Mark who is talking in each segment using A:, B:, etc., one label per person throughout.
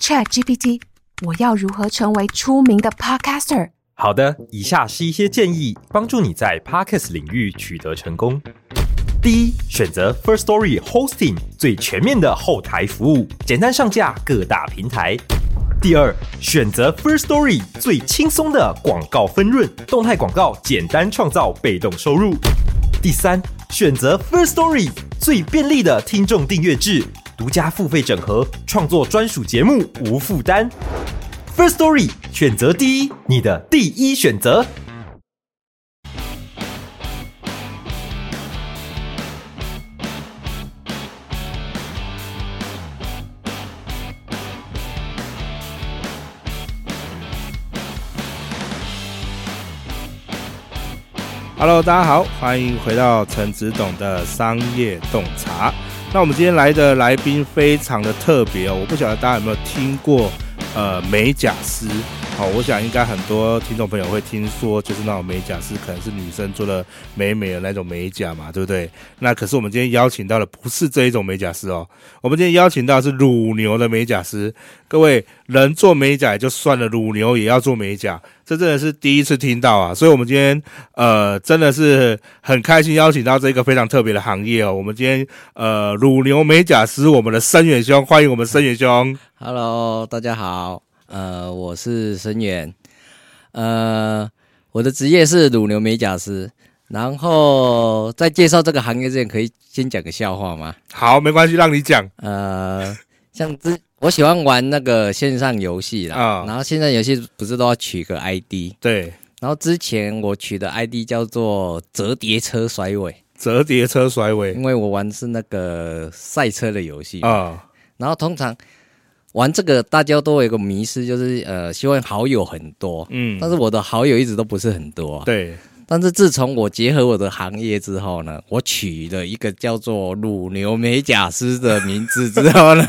A: ChatGPT，我要如何成为出名的 Podcaster？
B: 好的，以下是一些建议，帮助你在 Podcast 领域取得成功。第一，选择 First Story Hosting 最全面的后台服务，简单上架各大平台。第二，选择 First Story 最轻松的广告分润，动态广告简单创造被动收入。第三，选择 First Story 最便利的听众订阅制，独家付费整合，创作专属节目无负担。First Story 选择第一，你的第一选择。
C: Hello，大家好，欢迎回到陈子董的商业洞察。那我们今天来的来宾非常的特别哦，我不晓得大家有没有听过呃美甲师。好、我想应该很多听众朋友会听说，就是那种美甲师可能是女生做的美美的那种美甲嘛，对不对？那可是我们今天邀请到的不是这一种美甲师哦，我们今天邀请到的是乳牛的美甲师。各位，人做美甲也就算了，乳牛也要做美甲，这真的是第一次听到啊！所以我们今天呃，真的是很开心邀请到这个非常特别的行业哦。我们今天呃，乳牛美甲师，我们的深远兄，欢迎我们深远兄。
D: Hello，大家好，呃，我是申远，呃，我的职业是乳牛美甲师。然后在介绍这个行业之前，可以先讲个笑话吗？
C: 好，没关系，让你讲。
D: 呃，像之我喜欢玩那个线上游戏啦，
C: 啊
D: 然后线上游戏不是都要取个 ID？
C: 对，
D: 然后之前我取的 ID 叫做折叠车甩尾，
C: 折叠车甩尾
D: 因为我玩的是那个赛车的游戏
C: 啊、
D: 然后通常玩这个，大家都有一个迷失，就是呃，希望好友很多，
C: 嗯，
D: 但是我的好友一直都不是很多、啊。
C: 对，
D: 但是自从我结合我的行业之后呢，我取了一个叫做“乳牛美甲师”的名字之后呢，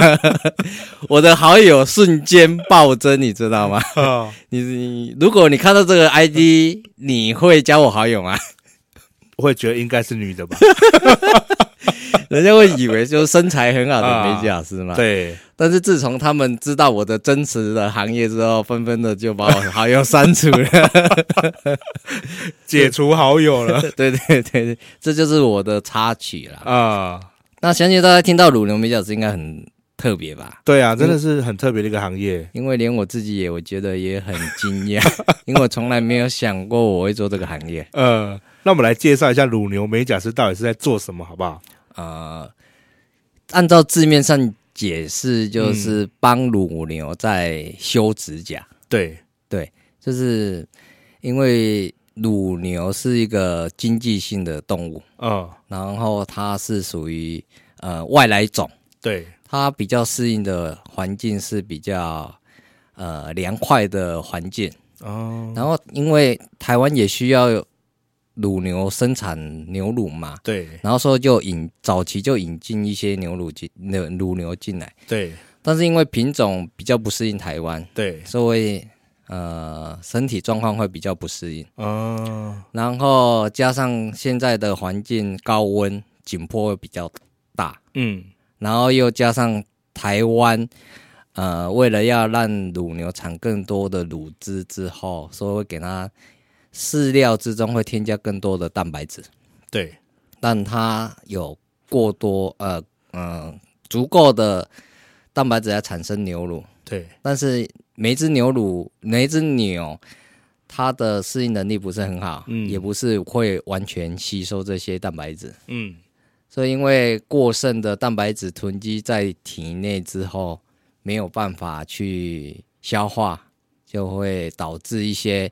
D: 我的好友瞬间暴增，你知道吗？
C: 啊，
D: 你你，如果你看到这个 ID，你会加我好友吗？
C: 我会觉得应该是女的 吧？
D: 人家会以为就是身材很好
C: 啊
D: 的美甲师嘛。
C: 对，
D: 但是自从他们知道我的真实的行业之后，纷纷的就把我好友删除了。
C: 解除好友了
D: 对对对对，这就是我的插曲啦。
C: 啊、
D: 那相信大家听到乳牛美甲师应该很特别吧？
C: 对啊，真的是很特别的一个行业。
D: 因为连我自己也，我觉得也很惊讶，因为我从来没有想过我会做这个行业。
C: 呃，那我们来介绍一下乳牛美甲师到底是在做什么，好不好？
D: 呃，按照字面上解释，就是帮乳牛在修指甲。
C: 对，
D: 就是因为乳牛是一个经济性的动物，
C: 嗯、
D: 然后它是属于呃外来种，
C: 对，
D: 它比较适应的环境是比较呃凉快的环境。
C: 哦，
D: 然后因为台湾也需要乳牛生产牛乳嘛，
C: 对
D: 然后说就引早期就引进一些牛乳进牛乳牛进来，
C: 对
D: 但是因为品种比较不适应台湾，
C: 对，
D: 所以呃身体状况会比较不适应。
C: 哦，
D: 然后加上现在的环境高温，紧迫会比较大，
C: 嗯，
D: 然后又加上台湾，呃，为了要让乳牛产更多的乳汁之后，所以会给它饲料之中会添加更多的蛋白质，
C: 对，
D: 让它有过多呃呃足够的蛋白质来产生牛乳。
C: 对，
D: 但是每一只牛乳，每一只牛，它的适应能力不是很好，
C: 嗯
D: 也不是会完全吸收这些蛋白质，
C: 嗯，
D: 所以因为过剩的蛋白质囤积在体内之后，没有办法去消化，就会导致一些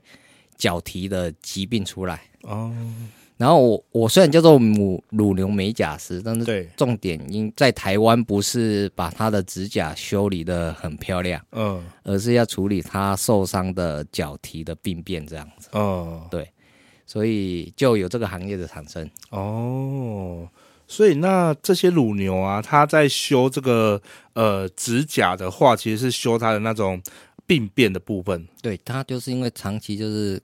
D: 脚蹄的疾病出来。
C: 哦，
D: 然后我我虽然叫做母乳牛美甲师，但是
C: 对，
D: 重点应在台湾不是把它的指甲修理的很漂亮。
C: 嗯，
D: 而是要处理他受伤的脚蹄的病变这样子，
C: 哦，
D: 所以就有这个行业的产生。
C: 哦，所以那这些乳牛啊，它在修这个呃指甲的话，其实是修它的那种病变的部分。
D: 对，他就是因为长期就是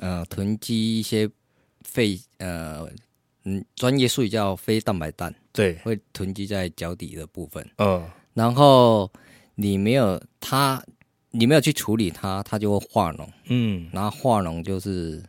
D: 呃囤积一些废呃嗯专业术语叫非蛋白蛋，
C: 对，
D: 会囤积在脚底的部分，
C: 嗯，
D: 然后你没有它，你没有去处理它，它就会化脓，
C: 嗯
D: 然后化脓就是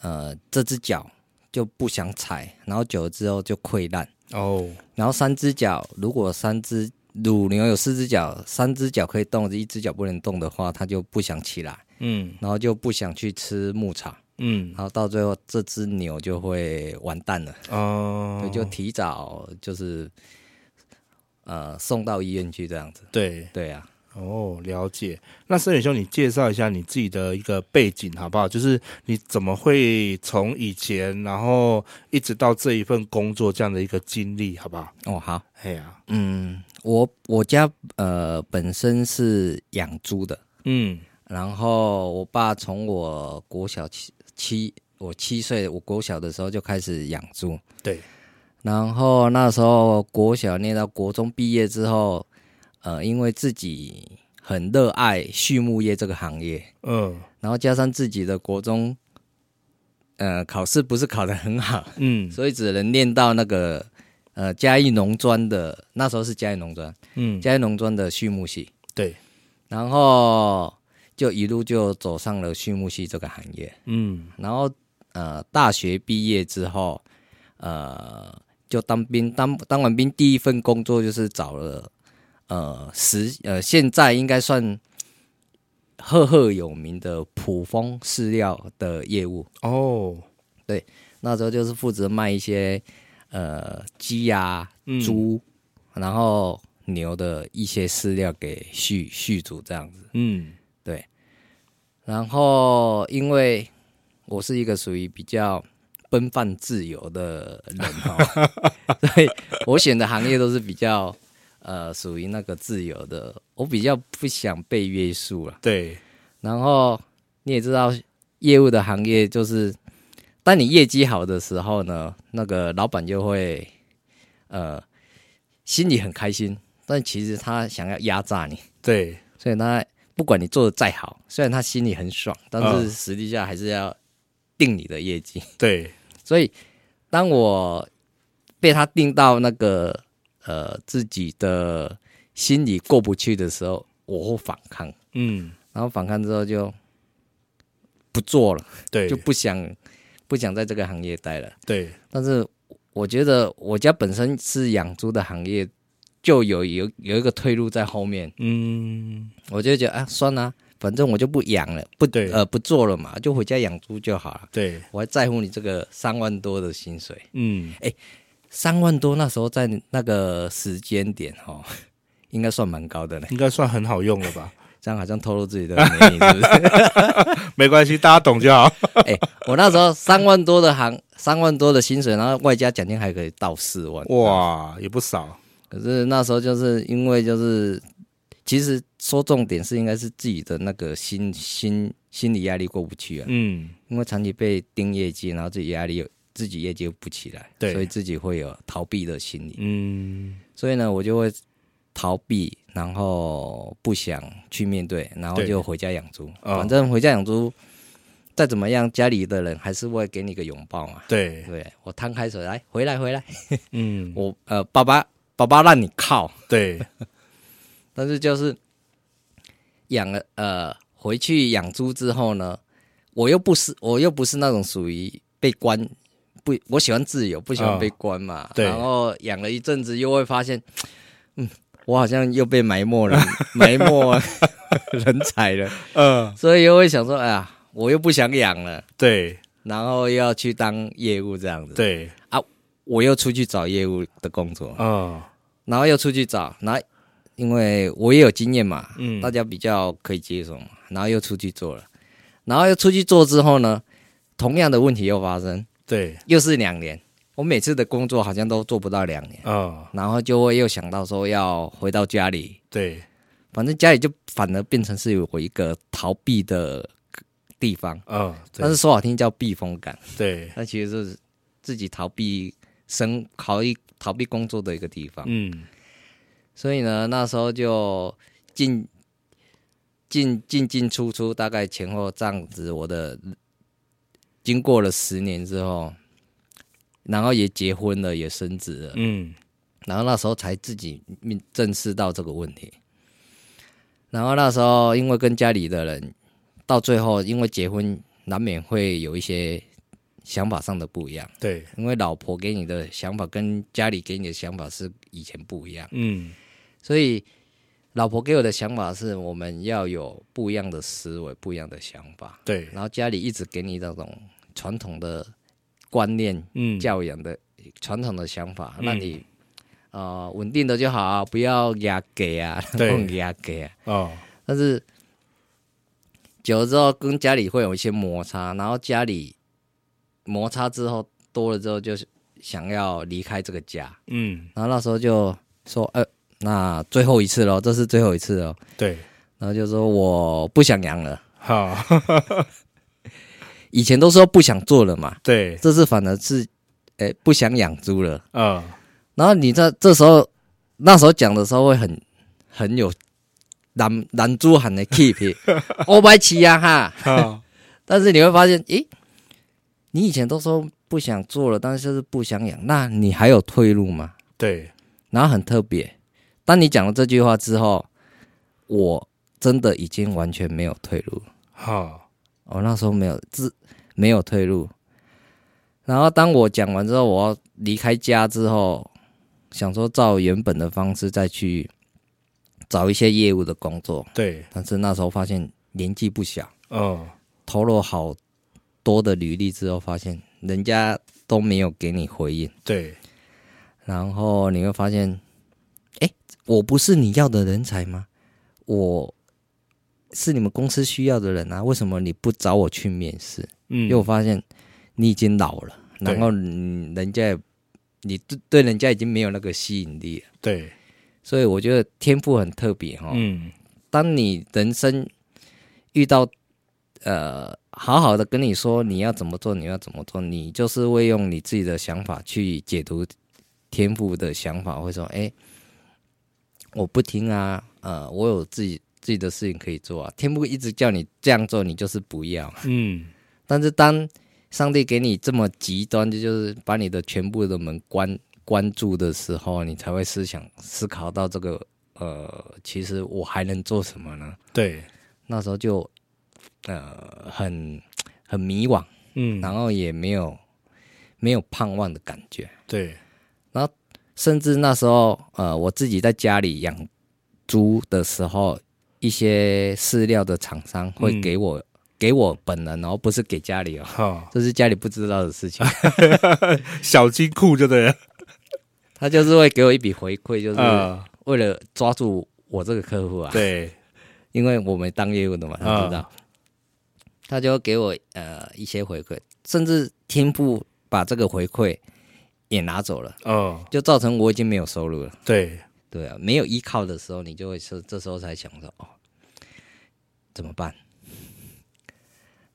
D: 呃这只脚就不想踩，然后久了之后就溃烂。
C: 哦，
D: 然后三只脚，如果三只乳牛有四只脚，三只脚可以动，一只脚不能动的话，它就不想起来，
C: 嗯
D: 然后就不想去吃牧草，
C: 嗯
D: 然后到最后这只牛就会完蛋了，
C: 哦
D: 所以，就提早就是呃送到医院去这样子。
C: 对
D: 对啊，
C: 哦，了解。那森远兄，你介绍一下你自己的一个背景好不好？就是你怎么会从以前，然后一直到这一份工作这样的一个经历，好不好？
D: 哦好，
C: 哎呀，
D: 嗯，我我家呃本身是养猪的，
C: 嗯
D: 然后我爸从我国小七七我七岁，我国小的时候就开始养猪，
C: 对，
D: 然后那时候国小念到国中毕业之后，呃，因为自己很热爱畜牧业这个行业，
C: 嗯
D: 然后加上自己的国中，呃，考试不是考得很好，
C: 嗯
D: 所以只能念到那个呃嘉义农专的，那时候是嘉义农专，
C: 嗯，
D: 嘉义农专的畜牧系，
C: 对，
D: 然后就一路就走上了畜牧系这个行业。
C: 嗯
D: 然后呃，大学毕业之后，呃，就当兵。当当完兵第一份工作就是找了呃实呃现在应该算赫赫有名的普丰饲料的业务。
C: 哦，
D: 那时候就是负责卖一些呃鸡呀、
C: 嗯
D: 猪，然后牛的一些饲料给续续主这样子。
C: 嗯
D: 对，然后因为我是一个属于比较呃奔放自由的人哦，所以我选的行业都是比较呃属于那个自由的，我比较不想被约束了。
C: 对，
D: 然后你也知道，业务的行业就是，当你业绩好的时候呢，那个老板就会呃心里很开心，但其实他想要压榨你。
C: 对，
D: 所以他不管你做的再好，虽然他心里很爽，但
C: 嗯
D: 是实际下还是要定你的业绩。
C: 对，
D: 所以当我被他定到那个呃自己的心里过不去的时候，我会反抗，
C: 嗯
D: 然后反抗之后就不做了，
C: 对，
D: 就不想不想在这个行业待了。
C: 对，
D: 但是我觉得我家本身是养猪的行业，就有有有一个退路在后面。
C: 嗯
D: 我就觉得啊，算了、反正我就不养了，不
C: 对
D: 呃不做了嘛，就回家养猪就好了。
C: 对，
D: 我还在乎你这个三万多的薪水，
C: 嗯
D: 三万多那时候在那个时间点哦，应该算蛮高的呢。
C: 应该算很好用了吧？
D: 这样好像透露自己的 年龄，是不是？
C: 没关系，大家懂就好。
D: 哎、我那时候三万多的行，三万多的薪水，然后外加奖金还可以到四万。
C: 哇，也不少。
D: 可是那时候就是因为就是，其实说重点是应该是自己的那个心心心理压力过不去啊。
C: 嗯
D: 因为长期被盯业绩，然后自己压力又自己业绩又不起来，
C: 对
D: 所以自己会有逃避的心理。
C: 嗯
D: 所以呢，我就会逃避，然后不想去面对，然后
C: 对
D: 就回家养猪。
C: 哦
D: 反正回家养猪，再怎么样，家里的人还是会给你个拥抱嘛。
C: 对，
D: 对我摊开手来，回来回来，
C: 嗯
D: 我呃，爸爸爸爸让你靠，
C: 对，
D: 但是就是养了呃，回去养猪之后呢，我又不是我又不是那种属于被关不，我喜欢自由，不喜欢被关嘛。
C: 哦对
D: 然后养了一阵子，又会发现，嗯，我好像又被埋没了， 埋没人才了，
C: 呃，
D: 所以又会想说，哎呀，我又不想养了，
C: 对
D: 然后又要去当业务这样子。，
C: 对，
D: 我又出去找业务的工作。
C: 嗯
D: 然后又出去找，然后因为我也有经验嘛，
C: 嗯
D: 大家比较可以接受嘛，然后又出去做了，然后又出去做之后呢，同样的问题又发生，
C: 对，
D: 又是两年，我每次的工作好像都做不到两年，
C: 嗯
D: 然后就会又想到说要回到家里，
C: 对，
D: 反正家里就反而变成是我一个逃避的地方，
C: 嗯
D: 但是
C: 对
D: 说好听叫避风港，
C: 对，
D: 但其实是自己逃避生逃避逃避工作的一个地方。
C: 嗯
D: 所以呢，那时候就进进进进出出，大概前后这样子。我的经过了十年之后，然后也结婚了，也升职了，
C: 嗯
D: 然后那时候才自己面正视到这个问题。然后那时候因为跟家里的人，到最后因为结婚难免会有一些想法上的不一样，
C: 对，
D: 因为老婆给你的想法跟家里给你的想法是以前不一样，
C: 嗯，
D: 所以老婆给我的想法是我们要有不一样的思维，不一样的想法。
C: 对，
D: 然后家里一直给你那种传统的观念、
C: 嗯，
D: 教养的传统的想法，
C: 嗯
D: 让你呃稳定的就好、不要压给啊， 不
C: 对
D: 用压给啊。
C: 哦，
D: 但是久了之后，跟家里会有一些摩擦，然后家里摩擦之后多了之后，就是想要离开这个家，
C: 嗯，
D: 然后那时候就说，呃，那最后一次咯，这是最后一次咯。
C: 对，
D: 然后就说我不想养了，
C: 好，
D: 以前都说不想做了嘛，
C: 对，
D: 这次反而是，哎、不想养猪了。
C: 嗯，
D: 然后你在这时候，那时候讲的时候会很很有男男猪喊的 keep，欧白奇呀哈。
C: 好，
D: 但是你会发现，诶，你以前都说不想做了，但是就是不想养，那你还有退路吗？
C: 对，
D: 然后很特别，当你讲了这句话之后，我真的已经完全没有退路了。
C: 好，
D: 我那时候没有自没有退路。然后当我讲完之后，我要离开家之后，想说照原本的方式再去找一些业务的工作，
C: 对，
D: 但是那时候发现年纪不小，
C: 嗯，
D: 投了好多的履历之后，发现人家都没有给你回应，
C: 对，
D: 然后你会发现，哎，我不是你要的人才吗？我是你们公司需要的人啊，为什么你不找我去面试？
C: 嗯，
D: 因为我发现你已经老了，
C: 对
D: 然后你人家也你对对人家已经没有那个吸引力了，
C: 对，
D: 所以我觉得天赋很特别哈、
C: 嗯，
D: 当你人生遇到呃好好的跟你说你要怎么做，你要怎么做，你就是会用你自己的想法去解读天赋的想法，会说哎、诶我不听啊，呃，我有自己自己的事情可以做啊。天赋一直叫你这样做，你就是不要。
C: 嗯，
D: 但是当上帝给你这么极端，就就是把你的全部的门关关住的时候，你才会思想思考到这个呃，其实我还能做什么呢？
C: 对，
D: 那时候就呃很很迷惘，
C: 嗯，
D: 然后也没有没有盼望的感觉，
C: 对，
D: 甚至那时候呃我自己在家里养猪的时候，一些饲料的厂商会
C: 嗯
D: 给我、给我本人哦，不是给家里哦。
C: 好，
D: 这是家里不知道的事情，
C: 小金库就 对了，
D: 他就是会给我一笔回馈，就是
C: 嗯，
D: 为了抓住我这个客户啊。，
C: 对，
D: 因为我们当业务的嘛，他知道，
C: 嗯
D: 他就会给我呃一些回馈，甚至天赋把这个回馈也拿走了，
C: 嗯，
D: 就造成我已经没有收入了。
C: 对，
D: 对啊，没有依靠的时候，你就会是这时候才想着哦，怎么办？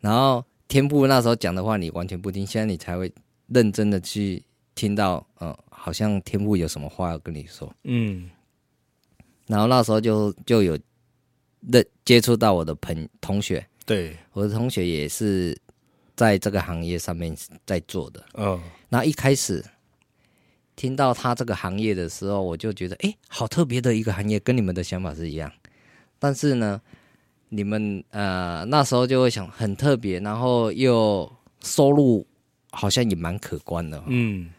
D: 然后天赋那时候讲的话，你完全不听，现在你才会认真的去听到，呃，好像天赋有什么话要跟你说。
C: 嗯，
D: 然后那时候就就有认接触到我的朋同学，
C: 对，
D: 我的同学也是在这个行业上面在做的。
C: 嗯，
D: 然后一开始听到他这个行业的时候，我就觉得，诶，好特别的一个行业，跟你们的想法是一样。但是呢，你们呃那时候就会想很特别，然后又收入好像也蛮可观的哦。
C: 嗯，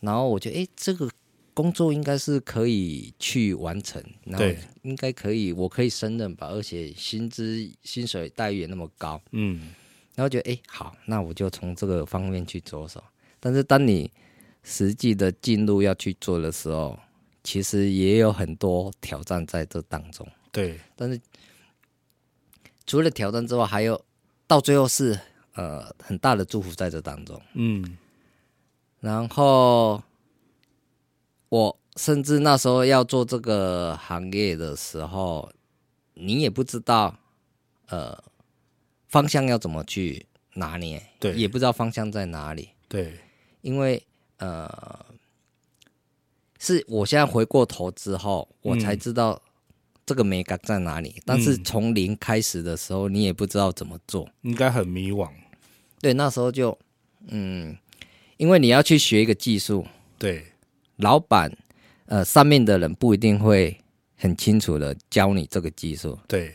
D: 然后我觉得，诶，这个工作应该是可以去完成，然后
C: 对
D: 应该可以，我可以胜任吧，而且薪资、薪水待遇也那么高。
C: 嗯，
D: 然后觉得哎、诶好，那我就从这个方面去着手。但是当你实际的进入要去做的时候，其实也有很多挑战在这当中。
C: 对，
D: 但是除了挑战之外，还有到最后是呃很大的祝福在这当中。
C: 嗯，
D: 然后我甚至那时候要做这个行业的时候，你也不知道呃方向要怎么去拿捏，
C: 对
D: 也不知道方向在哪里，
C: 对，
D: 因为呃是我现在回过头之后，我才
C: 嗯
D: 知道这个美感在哪里，但是从零开始的时候，你也不知道怎么做，
C: 应该很迷惘，
D: 对，那时候就嗯，因为你要去学一个技术。
C: 对，
D: 老板呃上面的人不一定会很清楚的教你这个技术，
C: 对，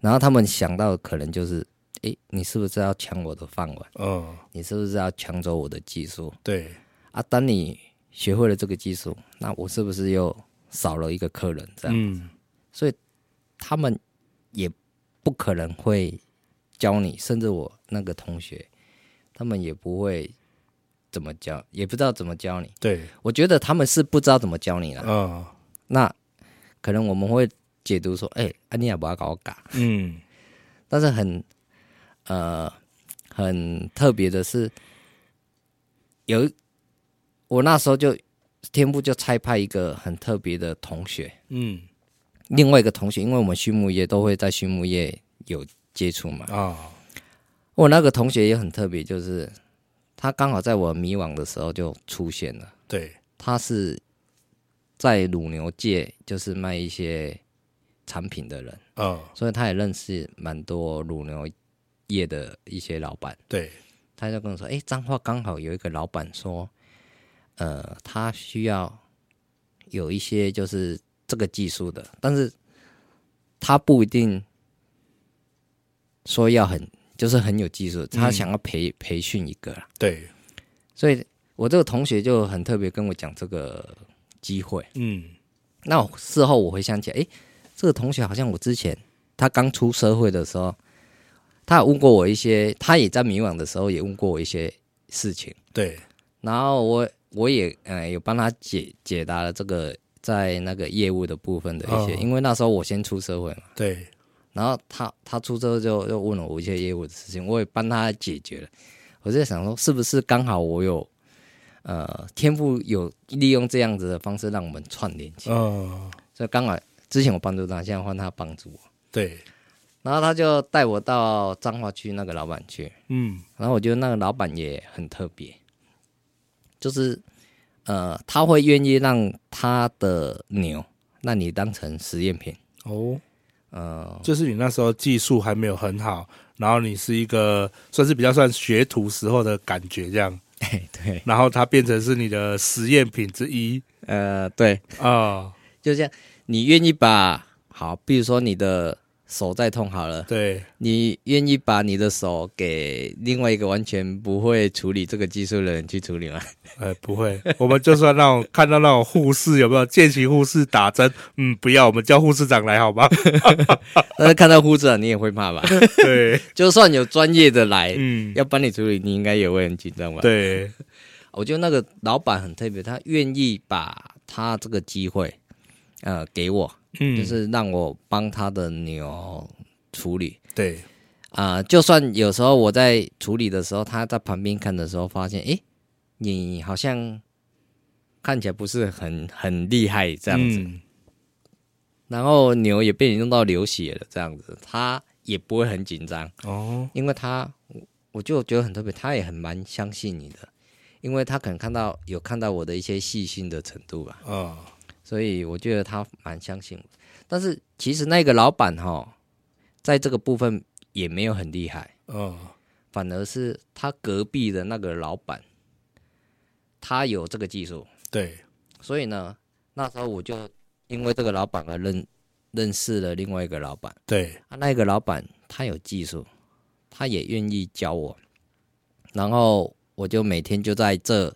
D: 然后他们想到的可能就是，诶，你是不是要抢我的饭碗？
C: 嗯，
D: 你是不是要抢走我的技术？
C: 对，
D: 啊，当你学会了这个技术，那我是不是又少了一个客人？这样，
C: 嗯，
D: 所以他们也不可能会教你，甚至我那个同学，他们也不会怎么教，也不知道怎么教你。
C: 对，
D: 我觉得他们是不知道怎么教你了。
C: 嗯，
D: 那可能我们会解读说，哎、啊你也不要搞我嘎。
C: 嗯，
D: 但是很呃很特别的是，有一我那时候就天父就差派一个很特别的同学，
C: 嗯，
D: 另外一个同学，因为我们畜牧业都会在畜牧业有接触嘛。
C: 啊，
D: 我那个同学也很特别，就是他刚好在我迷惘的时候就出现了。
C: 对，
D: 他是在乳牛界就是卖一些产品的人，
C: 嗯，
D: 所以他也认识蛮多乳牛业的一些老板。
C: 对，
D: 他就跟我说：“哎、彰化刚好有一个老板说，呃，他需要有一些就是这个技术的，但是他不一定说要很就是很有技术，他想要培、培训一个啦。
C: 对，
D: 所以我这个同学就很特别跟我讲这个机会。
C: 嗯，
D: 那我事后我回想起来，哎、这个同学好像我之前他刚出社会的时候，他有问过我一些，他也在迷惘的时候也问过我一些事情，
C: 对，
D: 然后我我也呃有帮他解解答了这个在那个业务的部分的一些，
C: 哦
D: 因为那时候我先出社会嘛，
C: 对，
D: 然后他他出社会就就问了我一些业务的事情，我也帮他解决了。我在想说，是不是刚好我有呃天赋有利用这样子的方式让我们串联起来
C: 嗯，
D: 所以刚好之前我帮助他，现在换他帮助我。
C: 对，
D: 然后他就带我到彰化区那个老板去，
C: 嗯，
D: 然后我觉得那个老板也很特别，就是呃，他会愿意让他的牛那你当成实验品，
C: 哦，
D: 呃，
C: 就是你那时候技术还没有很好，然后你是一个算是比较算学徒时候的感觉这样，
D: 对，
C: 然后它变成是你的实验品之一
D: 呃，对，
C: 啊，
D: 就这样，你愿意把好，比如说你的手再痛好了，
C: 对，
D: 你愿意把你的手给另外一个完全不会处理这个技术的人去处理吗？
C: 呃，不会，我们就算那种看到那种护士有没有见习护士打针，嗯，不要，我们叫护士长来好吗？
D: 但是看到护士长，你也会怕吧？
C: 对，
D: 就算有专业的来、
C: 嗯，
D: 要帮你处理，你应该也会很紧张吧？，
C: 对，
D: 我觉得那个老板很特别，他愿意把他这个机会，呃，给我，
C: 嗯，
D: 就是让我帮他的牛处理
C: 对，
D: 啊、就算有时候我在处理的时候，他在旁边看的时候，发现，诶，你好像看起来不是很很厉害这样子，
C: 嗯
D: 然后牛也被你弄到流血了这样子，他也不会很紧张。
C: 哦，
D: 因为他，我我就觉得很特别，他也很蛮相信你的，因为他可能看到有看到我的一些细心的程度吧，
C: 啊，
D: 所以我觉得他蛮相信我。但是其实那个老板哈、在这个部分也没有很厉害，
C: 啊，
D: 反而是他隔壁的那个老板，他有这个技术，
C: 对，
D: 所以呢，那时候我就因为这个老板而认认识了另外一个老板。
C: 对，
D: 啊，那个老板他有技术，他也愿意教我，然后我就每天就在这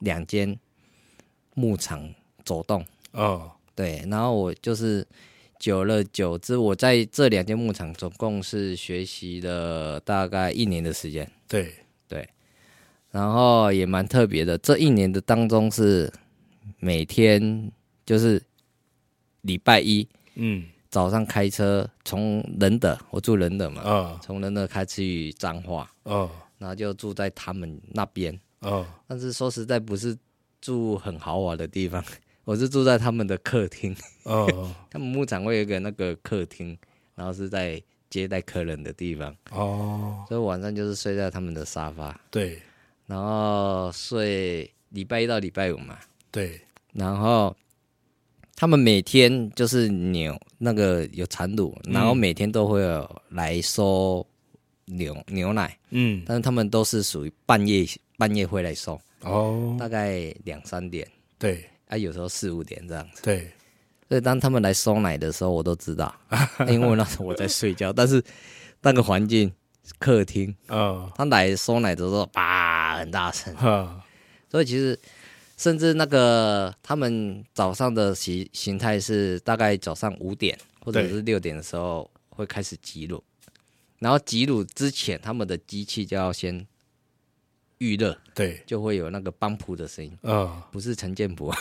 D: 两间牧场走动，
C: 啊，
D: 对，然后我就是久了久之，我在这两间牧场总共是学习了大概一年的时间，
C: 对，
D: 然后也蛮特别的，这一年的当中是每天就是礼拜一
C: 嗯，
D: 早上开车从仁德，我住仁德嘛，
C: 啊，
D: 从仁德开始去彰化，
C: 啊，
D: 然后就住在他们那边。
C: 啊，
D: 但是说实在，不是住很豪华的地方， 我是住在他们的客厅。
C: 啊，
D: 他们牧场会有一个那个客厅，然后是在接待客人的地方，
C: 哦，
D: 所以晚上就是睡在他们的沙发，
C: 对，
D: 然后睡礼拜一到礼拜五嘛。
C: 对，
D: 然后他们每天就是牛那个有产乳，然后每天都会有来收牛牛奶。
C: 嗯，
D: 但是他们都是属于半夜半夜会来收，
C: 哦，
D: 大概两三点
C: 对，
D: 啊，有时候四五点这样子。
C: 对，
D: 所以当他们来收奶的时候，我都知道， 因为那时候我在睡觉，但是那个环境客厅，
C: 嗯，
D: 他来收奶的时候，叭，很大声，
C: 哈，
D: 所以其实甚至那个他们早上的形形态是大概早上五点或者是六点的时候会开始挤乳，然后挤乳之前他们的机器就要先预热，
C: 对，
D: 就会有那个帮浦的声音，
C: 嗯，
D: 不是陈建 浦，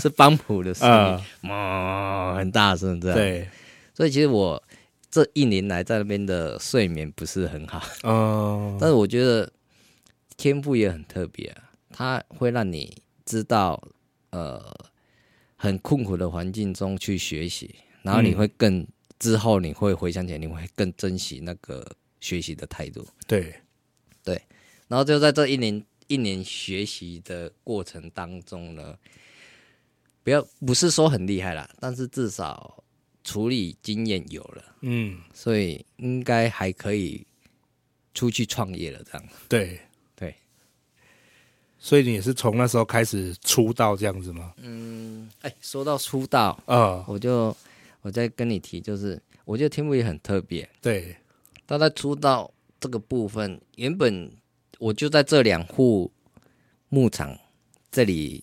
D: 是帮浦的声
C: 啊
D: 音，，嗯，很大声这样。，
C: 对，
D: 所以其实我这一年来在那边的睡眠不是很好。
C: 嗯，
D: 但是我觉得天赋也很特别、啊，它会让你知道，呃，很困苦的环境中去学习，
C: 嗯
D: 然后你会更、之后你会回想起来，你会更珍惜那个学习的态度。
C: 对，
D: 然后就在这一年一年学习的过程当中呢，不要不是说很厉害啦，但是至少处理经验有了，
C: 嗯，
D: 所以应该还可以出去创业了。这样
C: 对，
D: 对。
C: 所以你也是从那时候开始出道这样子吗？
D: 哎，说到出道，
C: 嗯，
D: 我就我再跟你提，就是我觉得天赋也很特别。
C: 对，
D: 他在出道这个部分，原本我就在这两户牧场这里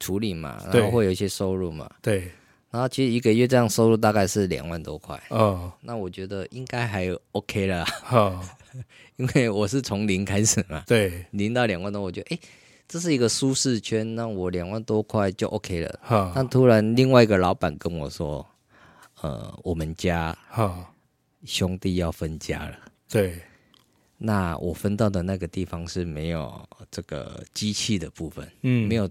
D: 处理嘛，
C: 对
D: 然后会有一些收入嘛。
C: 对，
D: 然后其实一个月这样收入大概是两万多块，
C: 嗯，
D: 那我觉得应该还 OK 了啦，
C: 哈，
D: 因为我是从零开始嘛，
C: 对，
D: 零到两万多，我觉得哎，这是一个舒适圈，那我两万多块就 OK 了。
C: 哈，
D: 但突然另外一个老板跟我说，呃，我们家
C: 哈，
D: 兄弟要分家了。
C: 对，
D: 那我分到的那个地方是没有这个机器的部分，
C: 嗯，
D: 没，有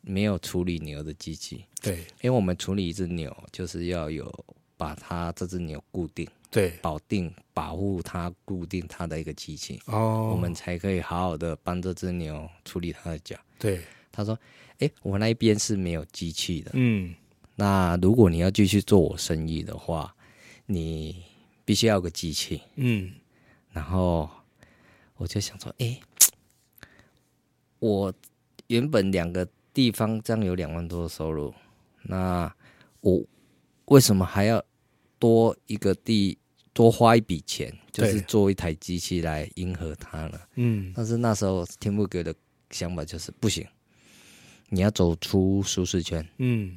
D: 没有处理牛的机器，
C: 对，
D: 因为我们处理一只牛就是要有把它这只牛固定、
C: 对，
D: 保定、保护它、固定它的一个机器，
C: 哦，
D: 我们才可以好好的帮这只牛处理它的脚。
C: 对，
D: 他说：“诶，我那一边是没有机器的，
C: 嗯，
D: 那如果你要继续做我生意的话，你必须要有个机器。
C: 嗯，
D: 然后我就想说，诶，我原本两个地方这样有两万多的收入，那我为什么还要多一个地多花一笔钱，就
C: 对
D: 是做一台机器来迎合它呢？
C: 嗯，
D: 但是那时候天不给的想法就是不行，你要走出舒适圈，
C: 嗯，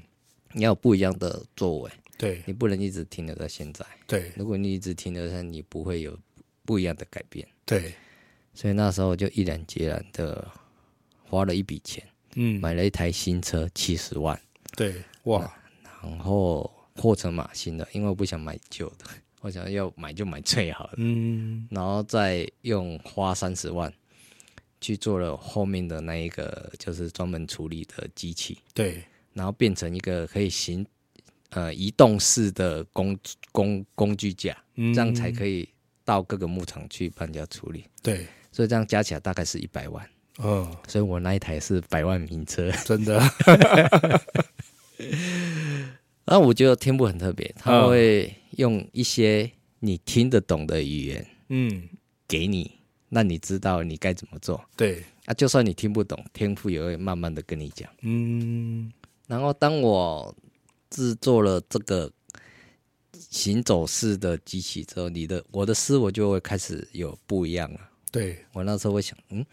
D: 你要有不一样的作为，
C: 对，
D: 你不能一直停留在现在。
C: 对，
D: 如果你一直停留在，你不会有不一样的改变。
C: 对，
D: 所以那时候我就毅然决然的花了一笔钱，
C: 嗯，
D: 买了一台新车七十万，
C: 对，哇，
D: 然后货成马新的，因为我不想买旧的， 我想要买就买最好的，
C: 嗯，
D: 然后再用花三十万去做了后面的那一个就是专门处理的机器，
C: 对，
D: 然后变成一个可以行呃移动式的工工工具架，
C: 嗯，
D: 这样才可以到各个牧场去帮人家处理，
C: 对，
D: 所以这样加起来大概是一百万。
C: 嗯，
D: 所以我那一台是百万名车。
C: 真的，
D: 然后我觉得天部很特别，他
C: 嗯
D: 会用一些你听得懂的语言
C: 嗯，
D: 给你，让你知道你该怎么做。
C: 对，
D: 啊，就算你听不懂，天赋也会慢慢的跟你讲。
C: 嗯，
D: 然后当我制作了这个行走式的机器之后，你的我的思维就会开始有不一样了。
C: 对，
D: 我那时候会想，嗯，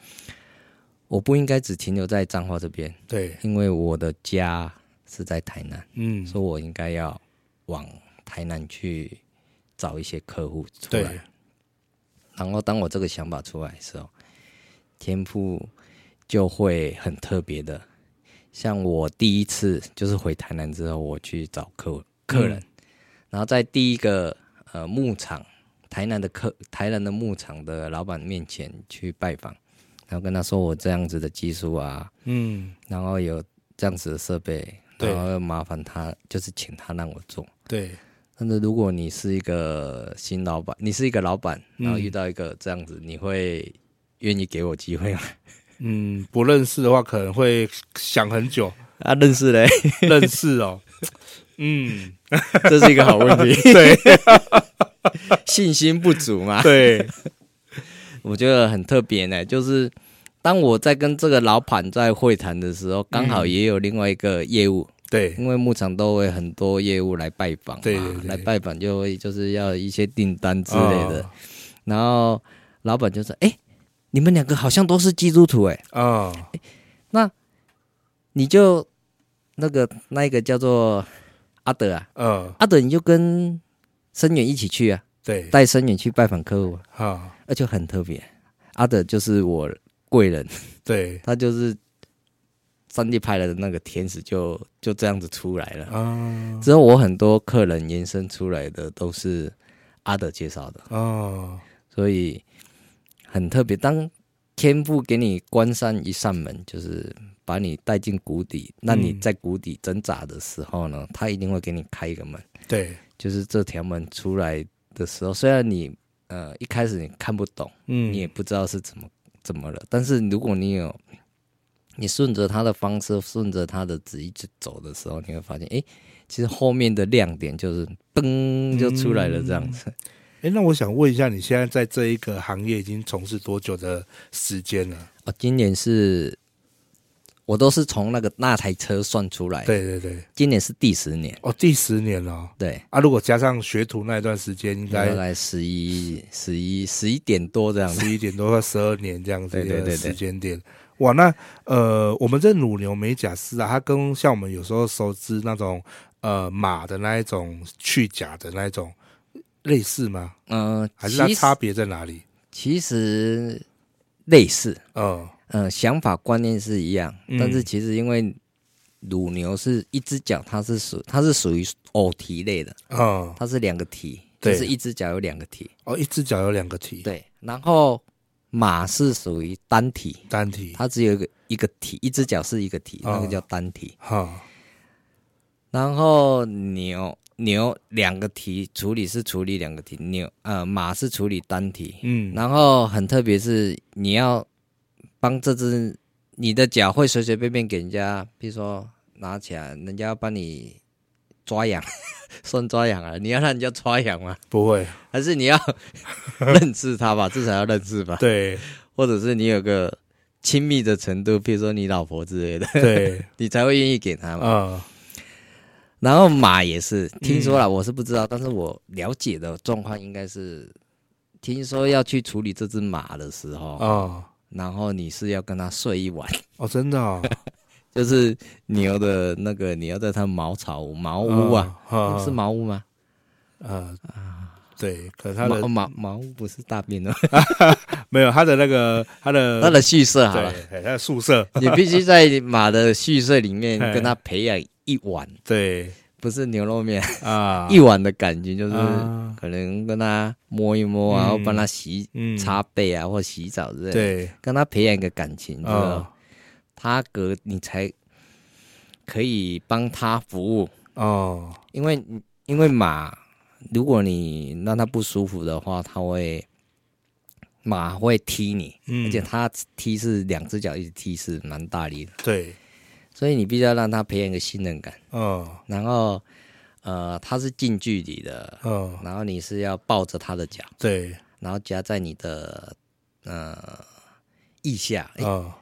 D: 我不应该只停留在彰化这边，
C: 对，
D: 因为我的家是在台南。
C: 嗯，
D: 说我应该要往台南去找一些客户出
C: 对，
D: 来。然后当我这个想法出来的时候，天赋就会很特别的。像我第一次就是回台南之后，我去找
C: 嗯
D: 客客人，然后在第一个呃牧场，台南的客台南的牧场的老板面前去拜访，然后跟他说我这样子的技术啊，
C: 嗯，
D: 然后有这样子的设备，
C: 对
D: 然后麻烦他就是请他让我做。
C: 对，
D: 但是如果你是一个新老板，你是一个老板，然后遇到一个这样子，你会愿意给我机会吗？
C: 嗯，不认识的话可能会想很久，
D: 啊，认识 嘞，
C: 认识 哦，嗯，
D: 这是一个好问题。
C: 对，
D: 信心不足嘛，
C: 对，
D: 我觉得很特别呢。就是嗯当我在跟这个老板在会谈的时候，刚好也有另外一个业务，
C: 对
D: 因为牧场都会很多业务来拜访嘛，
C: 对对对
D: 来拜访就会就是要一些订单之类的。然后老板就说：“哎、你们两个好像都是基督徒、诶，哎，
C: 啊、哦
D: 那你就那个那一个叫做阿德啊，
C: 嗯，
D: 阿德你就跟深远一起去啊，
C: 对，
D: 带深远去拜访客户、啊，
C: 啊，
D: 而且很特别。阿德就是我贵人，
C: 对，
D: 他就是三 D 派来的那个天使就，就这样子出来了。
C: 啊，
D: 之后我很多客人延伸出来的都是阿德介绍的，
C: 哦，
D: 所以很特别。当天父给你关上一扇门，就是把你带进谷底，那你在谷底挣扎的时候呢，他一定会给你开一个门。
C: 对，
D: 就是这条门出来的时候，虽然你呃一开始你看不懂，
C: 嗯，
D: 你也不知道是怎么怎么了，但是如果你有你顺着他的方式，顺着他的旨意去走的时候，你会发现，诶，其实后面的亮点就是噔就出来了，这样子。
C: 哎，那我想问一下，你现在在这一个行业已经从事多久的时间了？
D: 哦，今年是我都是从那个那台车算出来，，
C: 对对对，
D: 今年是第十年，
C: 哦，第十年了哦。
D: 对，
C: 啊，如果加上学徒那一段时间，应
D: 大
C: 该
D: 概十一十一十一点多这样子。
C: 十一点多到十二年这样子
D: 对对对
C: 的
D: 对
C: 时间点。哇，那呃，我们这乳牛美甲师啊，它跟像我们有时候熟知那种呃马的那一种去甲的那一种类似吗？
D: 嗯、
C: 还
D: 其
C: 是
D: 实
C: 它差别在哪里？
D: 其实类似，
C: 嗯，
D: 呃，想法观念是一样，
C: 嗯
D: 但是其实因为乳牛是一只脚，它是属它是属于偶蹄类的，
C: 哦，
D: 它是两个蹄，
C: 对
D: 就是一只脚有两个蹄。
C: 哦，一只脚有两个蹄，
D: 对，然后马是属于单蹄，
C: 单蹄，
D: 它只有一个一个蹄，一只脚是一个蹄，
C: 哦
D: 那个叫单蹄。
C: 哈，
D: 然后牛牛两个蹄处理是处理两个蹄，牛呃马是处理单蹄，
C: 嗯，
D: 然后很特别是你要帮这只你的脚会随随便便给人家，比如说拿起来，人家要帮你抓痒， 算抓痒啊？你要让人家抓痒吗？
C: 不会，
D: 还是你要 认识他吧？至少要认识吧？
C: 对
D: 或者是你有个亲密的程度，譬如说你老婆之类的，
C: 对，
D: 你才会愿意给他嘛。
C: 啊，
D: 然后马也是，听说了，
C: 嗯
D: 我是不知道，但是我了解的状况应该是，听说要去处理这只马的时候，
C: 啊，
D: 然后你是要跟它睡一晚，
C: 哦，真的哦，
D: 就是牛的那个，你要在它茅草茅屋啊，
C: 嗯，
D: 是茅屋吗？
C: 啊，对，可能它
D: 茅
C: 的
D: 茅茅屋不是大便哦，
C: 没有它的那个它的
D: 它的蓄舍好了，
C: 呃对，嘿它的宿舍，
D: 你必须在马的蓄舍里面
C: 嘿
D: 跟它培养一碗，
C: 对
D: 不是牛肉面，
C: 嗯啊，
D: 一碗的感情，就是
C: 啊
D: 可能跟它摸一摸啊，
C: 嗯
D: 或帮它洗
C: 嗯
D: 擦背啊，或洗澡之类的，
C: 对
D: 跟它培养一个感情，之后
C: 啊
D: 它隔你才可以帮它服务。
C: 哦
D: 因为因为马，如果你让它不舒服的话，它会马会踢你，
C: 嗯
D: 而且它踢是两只脚一直踢是蛮大力的，
C: 对
D: 所以你必须要让它培养一个信任感。
C: 哦
D: 然后呃，它是近距离的，
C: 哦
D: 然后你是要抱着它的脚，
C: 对啊
D: 然后夹在你的呃腋下、诶
C: 哦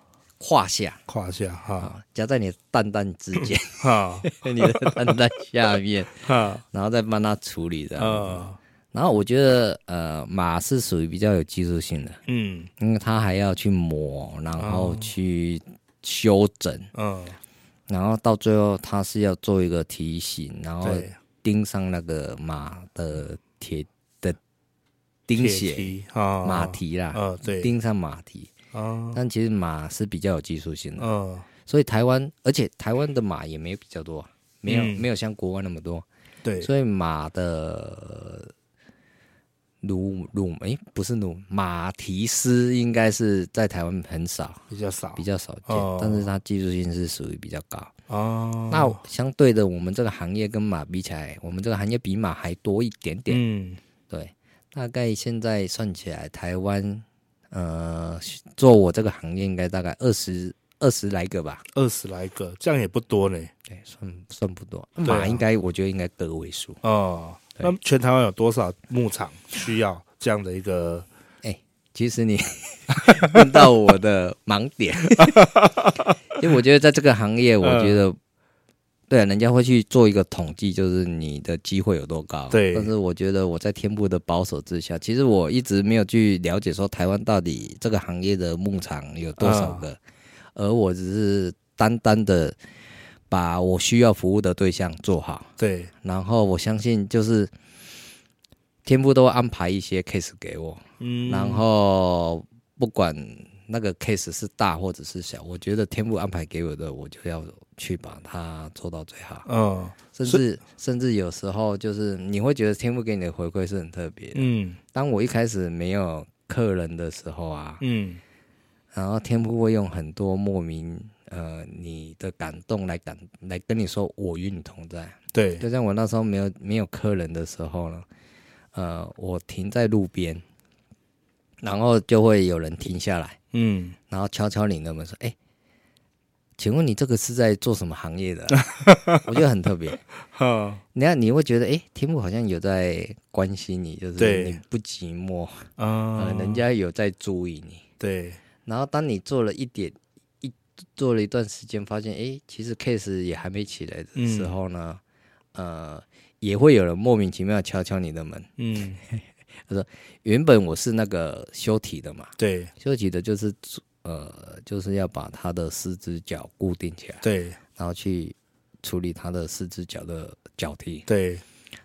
D: 胯下
C: 胯下哈
D: 啊，夹在你的蛋蛋之 间，
C: 哈
D: 你的蛋蛋下面，
C: 哈
D: 然后再帮它处理 的。
C: 啊
D: 然后我觉得，呃，马是属于比较有技术性的，
C: 嗯
D: 因为它还要去磨，然后去修整，
C: 嗯
D: 然后到最后它是要做一个提醒，然后
C: 对
D: 钉上那个马的铁的钉
C: 铁
D: 鞋
C: 蹄啊
D: 马蹄啦，
C: 啊对
D: 钉上马蹄。
C: 啊
D: 但其实马是比较有技术性的，
C: 嗯
D: 所以台湾，而且台湾的马也没有比较多啊，没有、
C: 嗯
D: 没有像国外那么多，
C: 对
D: 所以马的乳乳诶，不是乳马蹄丝应该是在台湾很少，
C: 比较少
D: 比较少见，
C: 哦
D: 但是它技术性是属于比较高。
C: 哦
D: 那相对的，我们这个行业跟马比起来，我们这个行业比马还多一点点。
C: 嗯
D: 对，大概现在算起来，台湾呃做我这个行业应该大概二十二十来个吧，
C: 二十来个这样也不多呢
D: 对，算算不多。
C: 啊
D: 马应该我觉得应该个位数。
C: 哦
D: 对
C: 那全台湾有多少牧场需要这样的一个
D: 其实你 问到我 的盲点，因为我觉得在这个行业，我觉得对，啊人家会去做一个统计，就是你的机会有多高。
C: 对
D: 但是我觉得我在天部的保守之下，其实我一直没有去了解说台湾到底这个行业的牧场有多少个，而我只是单单的把我需要服务的对象做好，
C: 对，
D: 然后我相信就是天部都会安排一些 case 给我，
C: 嗯
D: 然后不管那个 case 是大或者是小，我觉得天赋安排给我的，我就要去把它做到最好。
C: 嗯
D: 甚至甚至有时候就是你会觉得天赋给你的回馈是很特别的。
C: 嗯
D: 当我一开始没有客人的时候啊，
C: 嗯，
D: 然后天赋会用很多莫名呃你的感动来感来跟你说我与你同在。
C: 对，
D: 就像我那时候没有没有客人的时候呢，呃，我停在路边，然后就会有人停下来，
C: 嗯
D: 然后敲敲你的门说：“哎、请问你这个是在做什么行业的啊、 我觉得很特别。
C: 哈
D: 你看，你会觉得，哎、天幕好像有在关心你，就
C: 对
D: 是你不寂寞，呃
C: 啊，，
D: 人家有在注意你。
C: 对
D: 然后当你做了一点一做了一段时间，发现哎、诶其实 case 也还没起来的时候呢，呃，也会有人莫名其妙敲敲你的门。
C: 嗯
D: 原本我是那个修体的嘛，
C: 对
D: 修体的就是呃，就是要把他的四只脚固定起来，
C: 对
D: 然后去处理他的四只脚的脚踢。
C: 对，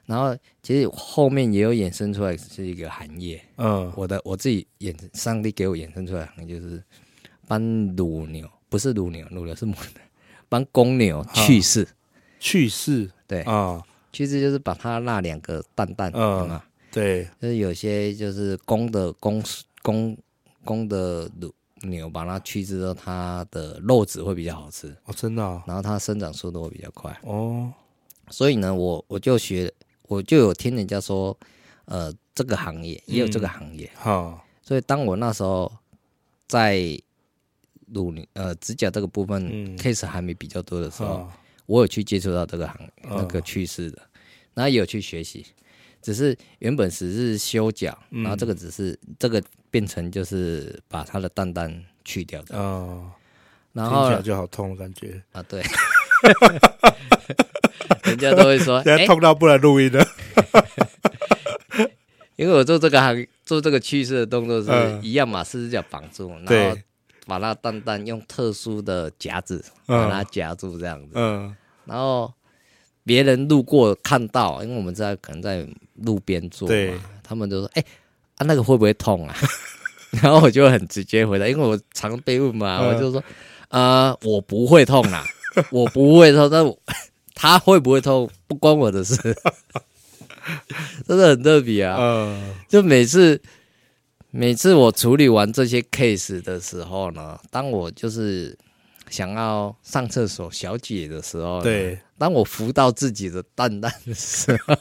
D: 然后其实后面也有衍生出来是一个行业，
C: 嗯
D: 我的我自己衍生，上帝给我衍生出来的行业就是帮乳牛，不是乳牛，乳牛是母的，帮公牛去世。
C: 去世
D: 对，
C: 啊，
D: 去世就是把它那两个蛋蛋，
C: 嗯
D: 嗯，
C: 对
D: 就是有些就是公的公公公的乳牛，把它去世之后，它的肉质会比较好吃，
C: 哦，真的啊
D: 然后它生长速度会比较快。
C: 哦，
D: 所以呢，我我就学，我就有听人家说，呃，这个行业也有这个行业，
C: 好，
D: 所以当我那时候在乳牛呃指甲这个部分、
C: 嗯
D: case 还没比较多的时候，
C: 啊
D: 我有去接触到这个行
C: 哦
D: 那个趋势的，然后也有去学习，只是原本只是修脚，
C: 嗯
D: 然后这个只是这个变成就是把它的蛋蛋去掉的，
C: 啊，
D: 然
C: 听
D: 后
C: 起来就好痛的感觉，
D: 啊对， 人家都会说
C: 现
D: 哎、
C: 在痛到不能录音了，
D: 因为我做这个行做这个趋势的动作是
C: 嗯
D: 一样嘛，四只脚绑住，然后
C: 对
D: 把那蛋蛋用特殊的夹子
C: 嗯
D: 把它夹住这样子，
C: 嗯
D: 然后别人路过看到，因为我们在可能在路边做
C: 对
D: 嘛，他们就说：“哎、啊那个会不会痛啊？” 然后我就很直接回答，因为我常被问嘛，
C: 嗯
D: 我就说：“呃，我不会痛 啦，我不会痛，但我他会不会痛不关我的事。” 真的很特别啊！
C: 嗯
D: 就每次每次我处理完这些 case 的时候呢，当我就是想要上厕所小解的时候，，
C: 对，
D: 当我扶到自己的蛋蛋的时候，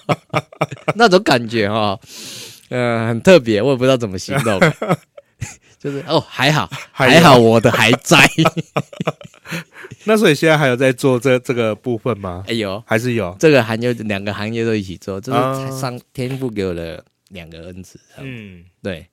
D: 那种感觉哦，呃，很特别，我也不知道怎么形 容，就是哦，还好，
C: 还
D: 还好我的还在，
C: 那所以现在还有在做这这个部分吗？
D: 哎呦，
C: 还是有？
D: 这个行业两个行业都一起做，这
C: 啊
D: 是上天赋给我的两个恩赐，
C: 嗯。
D: 对。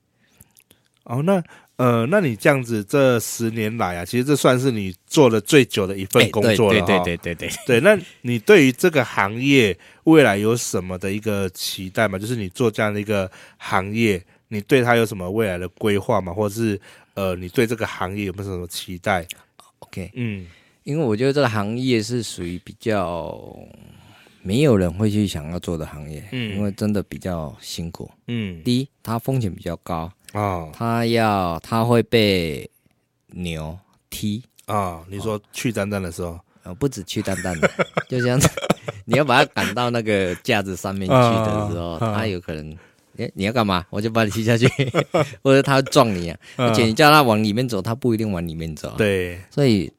C: 哦，那呃，那你这样子这十年来啊，其实这算是你做的最久的一份
D: 哎
C: 工作了、
D: 对
C: 哈。
D: 对对对对对，
C: 对那你对于这个行业未来有什么的一个期待吗？就是你做这样的一个行业，你对它有什么未来的规划吗？或者是呃，你对这个行业有没有什么期待？
D: OK，
C: 嗯，
D: 因为我觉得这个行业是属于比较没有人会去想要做的行业，
C: 嗯
D: 因为真的比较辛苦。
C: 嗯，
D: 第一，它风险比较高，
C: 啊
D: 它要它会被牛踢，
C: 啊，你说去单单的时候，
D: 呃，不止去蛋 蛋的，就像你要把它赶到那个架子上面去的时候，
C: 啊啊
D: 它有可能。哎，你要干嘛？我就把你踢 下去，或者它撞你啊！而且你叫它往里面走，它不一定往里面走。，
C: 对
D: 所以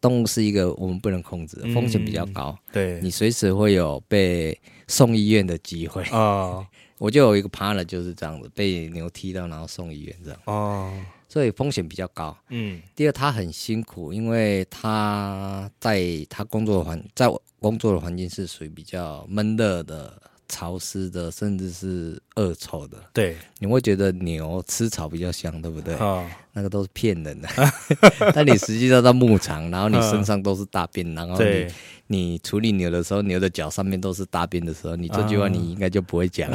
D: 动物是一个我们不能控制的，
C: 嗯
D: 风险比较高。
C: 对，
D: 你随时会有被送医院的机会。
C: 啊
D: 我就有一个 partner 就是这样子，被牛踢到然后送医院这样，
C: 哦，
D: 所以风险比较高。
C: 嗯
D: 第二，他很辛苦，因为他在他工作的环，在我工作的环境是属于比较闷热的潮湿的，甚至是恶臭的，
C: 对，
D: 你会觉得牛吃草比较香，对不对？
C: 啊，
D: 那个都是骗人的。 但你实际上到牧场，然后你身上都是大便，然后哦你
C: 对，
D: 你处理牛的时候，牛的脚上面都是大便的时候，你
C: 啊
D: 这句话你应该就不 会讲。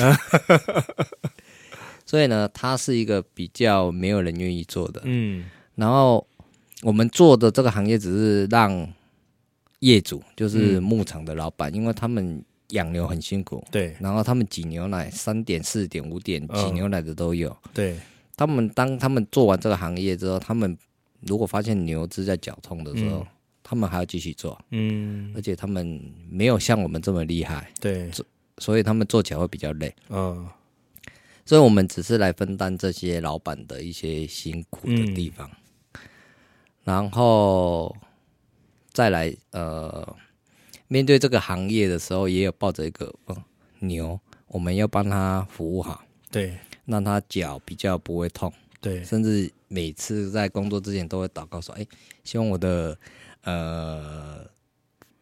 D: 所以呢，它是一个比较没有人愿意做的。
C: 嗯，
D: 然后我们做的这个行业只是让业主，
C: 嗯
D: 就是牧场的老板，因为他们养牛很辛苦，
C: 对
D: 然后他们挤牛奶，三点、四点、五点挤
C: 嗯
D: 牛奶的都有。
C: 对，
D: 他们当他们做完这个行业之后，他们如果发现牛只在绞痛的时候，
C: 嗯
D: 他们还要继续做，
C: 嗯，
D: 而且他们没有像我们这么厉害，
C: 对，
D: 所以他们做起来会比较累。
C: 嗯，
D: 所以我们只是来分担这些老板的一些辛苦的地方，然后再来呃，面对这个行业的时候，也有抱着一个、呃、牛，我们要帮他服务好，
C: 对
D: 让他脚比较不会痛。
C: 对，
D: 甚至每次在工作之前都会祷告说：“哎、希望我的呃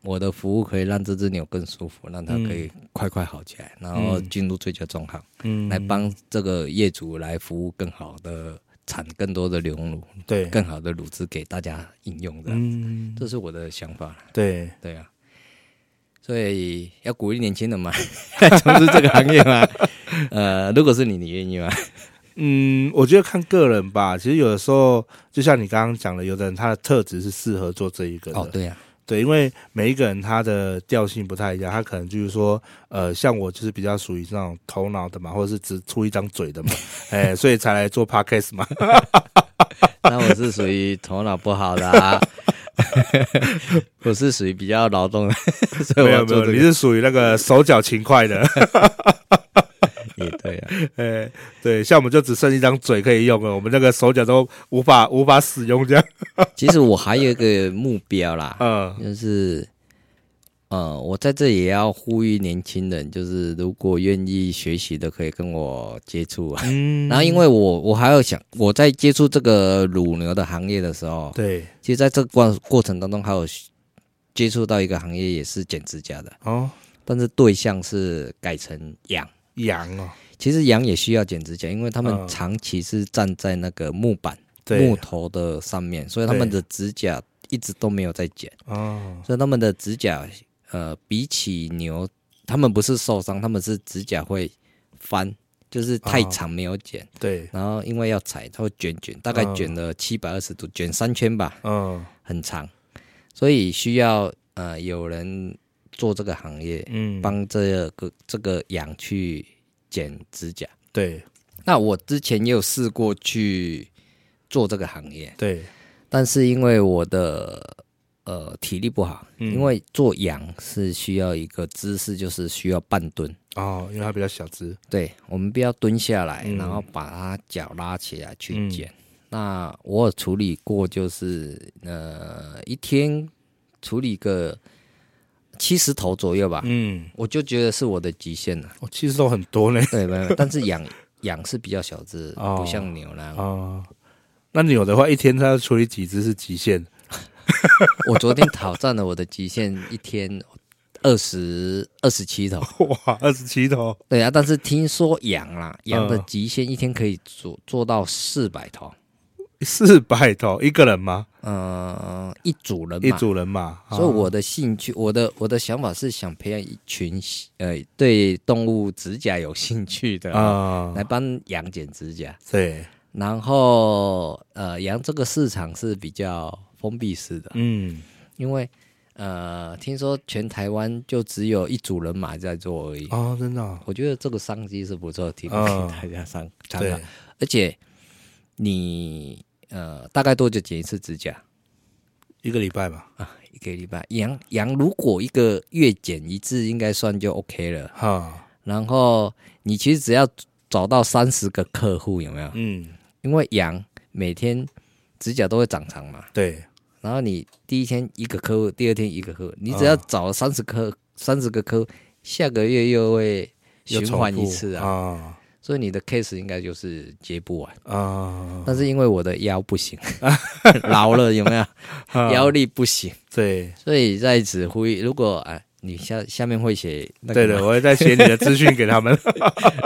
D: 我的服务可以让这只牛更舒服，让它可以快快好起来，然后进入最佳状态，
C: 嗯，
D: 来帮这个业主来服务更好的产更多的牛乳，
C: 嗯对，
D: 更好的乳汁给大家饮用的。
C: 嗯，
D: 这是我的想法，
C: 对，
D: 对啊。所以要鼓励年轻人嘛， 从事这个行业嘛。 呃，如果是你，你愿意吗？
C: 嗯，我觉得看个人吧。其实有的时候，就像你刚刚讲的，有的人他的特质是适合做这一个的，
D: 哦，对呀、
C: 对，啊因为每一个人他的调性不太一样，他可能就是说，呃，像我就是比较属于那种头脑的嘛，或者是只出一张嘴 的嘛，哎，所以才来做 podcast 嘛，
D: 那我是属于头脑不好的、啊， 我是属于比较劳动的， 所 以
C: 没
D: 我要
C: 有没
D: 做
C: 有，
D: 这
C: 你
D: 个
C: 是属于那个手脚勤快 的，
D: 也对啊。
C: 哎，对，像我们就只剩一张嘴可以用了，我们那个手脚都无法无法使用 这样，
D: 其实我还有一个目标啦，
C: 嗯
D: 就是呃，我在这里也要呼吁年轻人，就是如果愿意学习的，可以跟我接触啊。
C: 嗯，
D: 然后，因为我我还要想，我在接触这个乳牛的行业的时候，
C: 对，
D: 其实在这个过过程当中，还有接触到一个行业也是剪指甲的，
C: 哦，
D: 但是对象是改成养。
C: 羊哦，
D: 其实羊也需要剪指甲，因为他
C: 嗯
D: 们长期是站在那个木板、木
C: 对，
D: 头的上面，所以他们的指甲一直都没有在剪，
C: 哦，
D: 所以他们的指甲，呃，比起牛，他们不是受伤，他们是指甲会翻，就是太
C: 哦
D: 长没有剪，
C: 对，
D: 然后因为要踩，它会卷卷，大概
C: 嗯
D: 卷了七百二十度，卷三圈吧，
C: 嗯
D: 很长，所以需要呃有人做这个行业，
C: 嗯，
D: 帮这个这个羊去剪指甲。
C: 对
D: 那我之前也有试过去做这个行业，
C: 对，
D: 但是因为我的呃体力不好，
C: 嗯
D: 因为做羊是需要一个姿势，就是需要半蹲。
C: 哦，因为它比较小只，
D: 对，我们不要蹲下来，
C: 嗯
D: 然后把它脚拉起来去剪。那我有处理过，就是呃一天处理个七十头左右吧，
C: 嗯，
D: 我就觉得是我的极限了。
C: 哦，其实都很多呢。
D: 对，没有，没有但是羊羊是比较小只，
C: 哦
D: 不像牛啦。
C: 哦，那牛的话，一天它要处理几只是极限？
D: 我昨天挑战了我的极限，一天二十二十七头。
C: 哇，二十七头
D: 对啊，但是听说羊啦，羊的
C: 嗯
D: 极限一天可以做做到四百头，
C: 四百头，一个人吗？
D: 呃，一组人
C: 一
D: 嘛。
C: 组人哦嘛？
D: 所以我的兴趣，我的我的想法是想培养一群呃对动物指甲有兴趣的啊，
C: 啊，
D: 来帮羊剪指甲。
C: 对，
D: 然后呃，羊这个市场是比较封闭式的，
C: 嗯，
D: 因为呃，听说全台湾就只有一组人马在做而已。
C: 哦，真的哦，
D: 我觉得这个商机是不错，提供给
C: 嗯
D: 大家参参考
C: 对。，
D: 而且你呃，大概多久剪一次指甲
C: 一个礼拜吧。
D: 啊？一个礼拜。羊羊如果一个月剪一次，应该算就 OK 了。
C: 哈，
D: 然后你其实只要找到三十个客户，有没有？
C: 嗯，
D: 因为羊每天指甲都会长长嘛，
C: 对，
D: 然后你第一天一个客户，第二天一个客户，你只要找了三十客三十个客户，下个月又会
C: 又
D: 循
C: 重
D: 环一
C: 复
D: 次啊，
C: 啊
D: 所以你的 case 应该就是接不完。
C: 啊，
D: 但是因为我的腰不 行，老了有没有？腰力不行，
C: 对，
D: 所以在此呼吁，如果啊、你下下面会写那
C: 对
D: 个
C: 的，
D: 吗，
C: 我会再写你的资讯给 他们。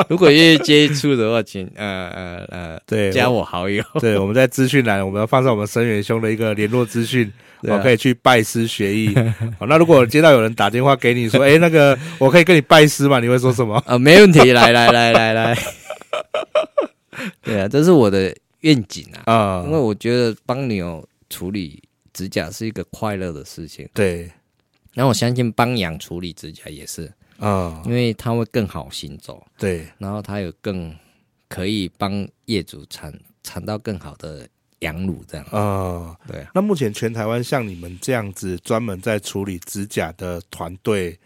D: 如果愿意接触的话，请呃呃呃
C: 对，
D: 加我好友。
C: 对，我们在资讯栏，我们要放上我们生源兄的一个联络资讯，我、
D: 对啊
C: 可以去拜师学艺。好，那如果接到有人打电话给你说，哎、那个我可以跟你拜师吗？你会说什么？
D: 啊，没问题，来来来来来， 对啊，这是我的愿景啊，
C: 啊、
D: 因为我觉得帮牛处理指甲是一个快乐的事情，
C: 对，
D: 然后我相信帮羊处理指甲也是，
C: 啊、
D: 因为它会更好行走，
C: 对，
D: 然后它有更可以帮业主产产到更好的羊乳这样，
C: 啊、
D: 对啊，
C: 那目前全台湾像你们这样子专门在处理指甲的团队，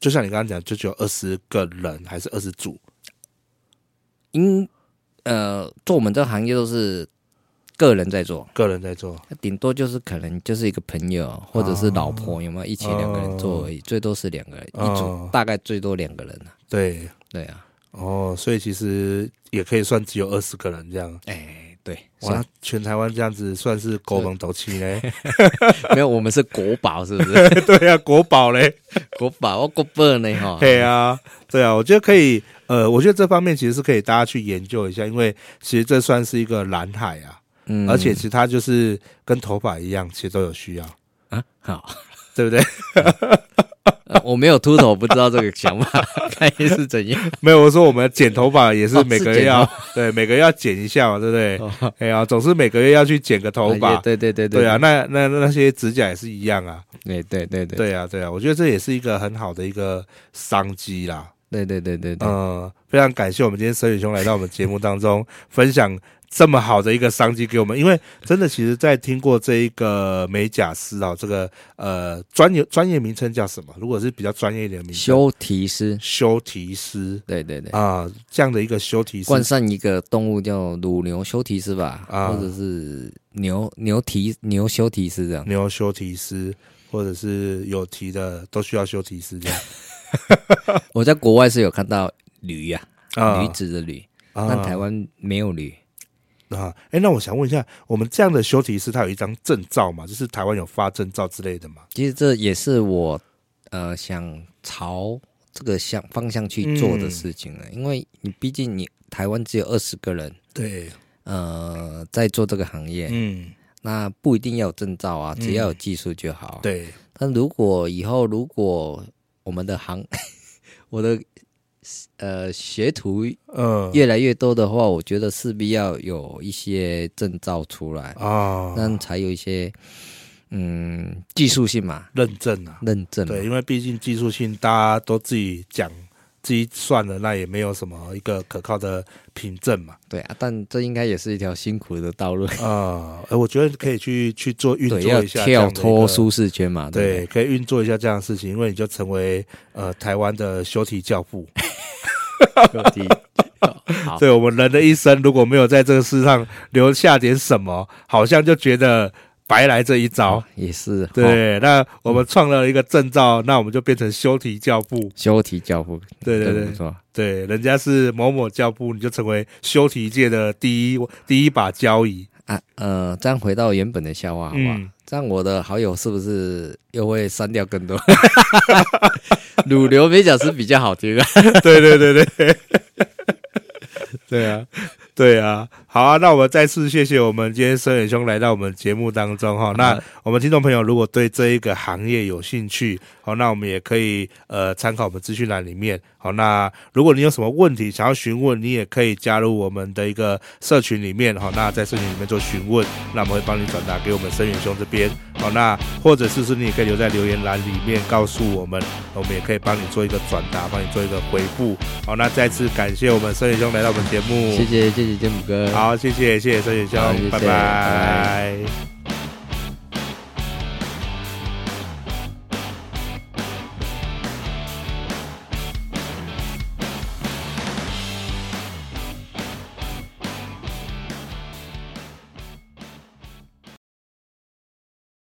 C: 就像你刚刚讲，就只有二十个人还是二十组？
D: 因呃做我们这个行业都是个人在做，
C: 个人在做，
D: 顶多就是可能就是一个朋友或者是老婆，有没有一起两个人做而已，最多是两个人
C: 哦
D: 一组，大概最多两个人啊。
C: 对，
D: 对啊，
C: 哦，所以其实也可以算只有二十个人这样。
D: 哎，对，
C: 哇，那全台湾这样子算是狗本斗气嘞。
D: 是 没有我们是国宝，是不 是？
C: 对啊，国宝嘞，
D: 国宝，我国宝呢哈。
C: 对啊，对啊，我觉得可以，呃，我觉得这方面其实是可以大家去研究一下，因为其实这算是一个蓝海啊，
D: 嗯
C: 而且其实它就是跟头发一样，其实都有需要，
D: 啊，好，
C: 对不对？
D: 呃我没有秃头，不知道这个想法， 看是怎样。
C: 没有，我说我们剪头发也是
D: 哦
C: 每个
D: 是
C: 月
D: 剪
C: 要、
D: 头
C: 对每个月要剪一下嘛，对不对？
D: 哦
C: 哎呀、总是每个月要去剪个头发。
D: 哎对对对
C: 对啊，，那那那那些指甲也是一样啊，
D: 对对对对
C: 对啊，对啊，我觉得这也是一个很好的一个商机啦。
D: 对对对对对，
C: 嗯，非常感谢我们今天沈宇兄来到我们节目当中，分享这么好的一个商机给我们。因为真的，其实，在听过这一个美甲师啊，这个呃专业专业名称叫什么？如果是比较专业一点的名称，
D: 修蹄师，
C: 修蹄师
D: 对对对，
C: 啊、这样的一个修蹄师
D: 冠上一个动物叫乳牛修蹄师吧，
C: 啊
D: 或者是牛牛蹄牛修蹄师这样。
C: 牛修蹄师，或者是有蹄的都需要修蹄师 这样
D: 我在国外是有看到驴呀、
C: 啊，
D: 驴子的驴，
C: 啊
D: 但台湾没有驴。
C: 啊，哎、那我想问一下，我们这样的修蹄师，他有一张证照嘛？就是台湾有发证照之类的嘛？
D: 其实这也是我呃想朝这个向方向去做的事情
C: 嗯
D: 了，因为你毕竟你台湾只有二十个人，
C: 对，
D: 呃，在做这个行业，
C: 嗯，
D: 那不一定要有证照啊，只要有技术就好。，
C: 对。
D: 但如果以后如果我们的行， 我的呃学徒
C: 嗯，
D: 越来越多的话，我觉得势必要有一些证照出来，
C: 啊，
D: 那才有一些嗯技术性嘛
C: 认证啊，
D: 认证嘛。
C: 对，因为毕竟技术性大家都自己讲、自己算了，那也没有什么一个可靠的凭证嘛。
D: 对啊，但这应该也是一条辛苦的道路，
C: 啊、呃，我觉得可以去去做 运
D: 对，
C: 作
D: 要
C: 一下这样
D: 跳
C: 的一个
D: 脱舒适圈嘛，
C: 对，
D: 对
C: 可以运作一下这样的事情，因为你就成为呃台湾的修体教父。
D: 不对，好，
C: 对我们人的一生，如果没有在这个世上留下点什么，好像就觉得白来这一遭。
D: 也是哦哈
C: 对，那我们创造了一个证照，那我们就变成修体教父。
D: 修体教父，
C: 对对
D: 真
C: 对
D: 的不错，
C: 对，人家是某某教部，你就成为修题界的第一第一把交椅。
D: 啊，呃，这样回到原本的笑话好不好？
C: 嗯
D: 这样我的好友是不是又会删掉更多？ 乳牛美甲师比较好听啊，
C: 对对对对，对啊， 对啊。好啊，那我们再次谢谢我们今天孙远兄来到我们节目当中哈。那我们听众朋友如果对这一个行业有兴趣，好，那我们也可以呃参考我们资讯栏里面。好，那如果你有什么问题想要询问，你也可以加入我们的一个社群里面。好，那在社群里面做询问，那我们会帮你转达给我们孙远兄这边。好，那或者是不是你也可以留在留言栏里面告诉我们，我们也可以帮你做一个转达，帮你做一个回复。好，那再次感谢我们孙远兄来到我们节目，
D: 谢谢谢谢建姆哥，
C: 好，谢谢谢谢孙远兄
D: 好谢，谢
C: 拜
D: 拜
C: 拜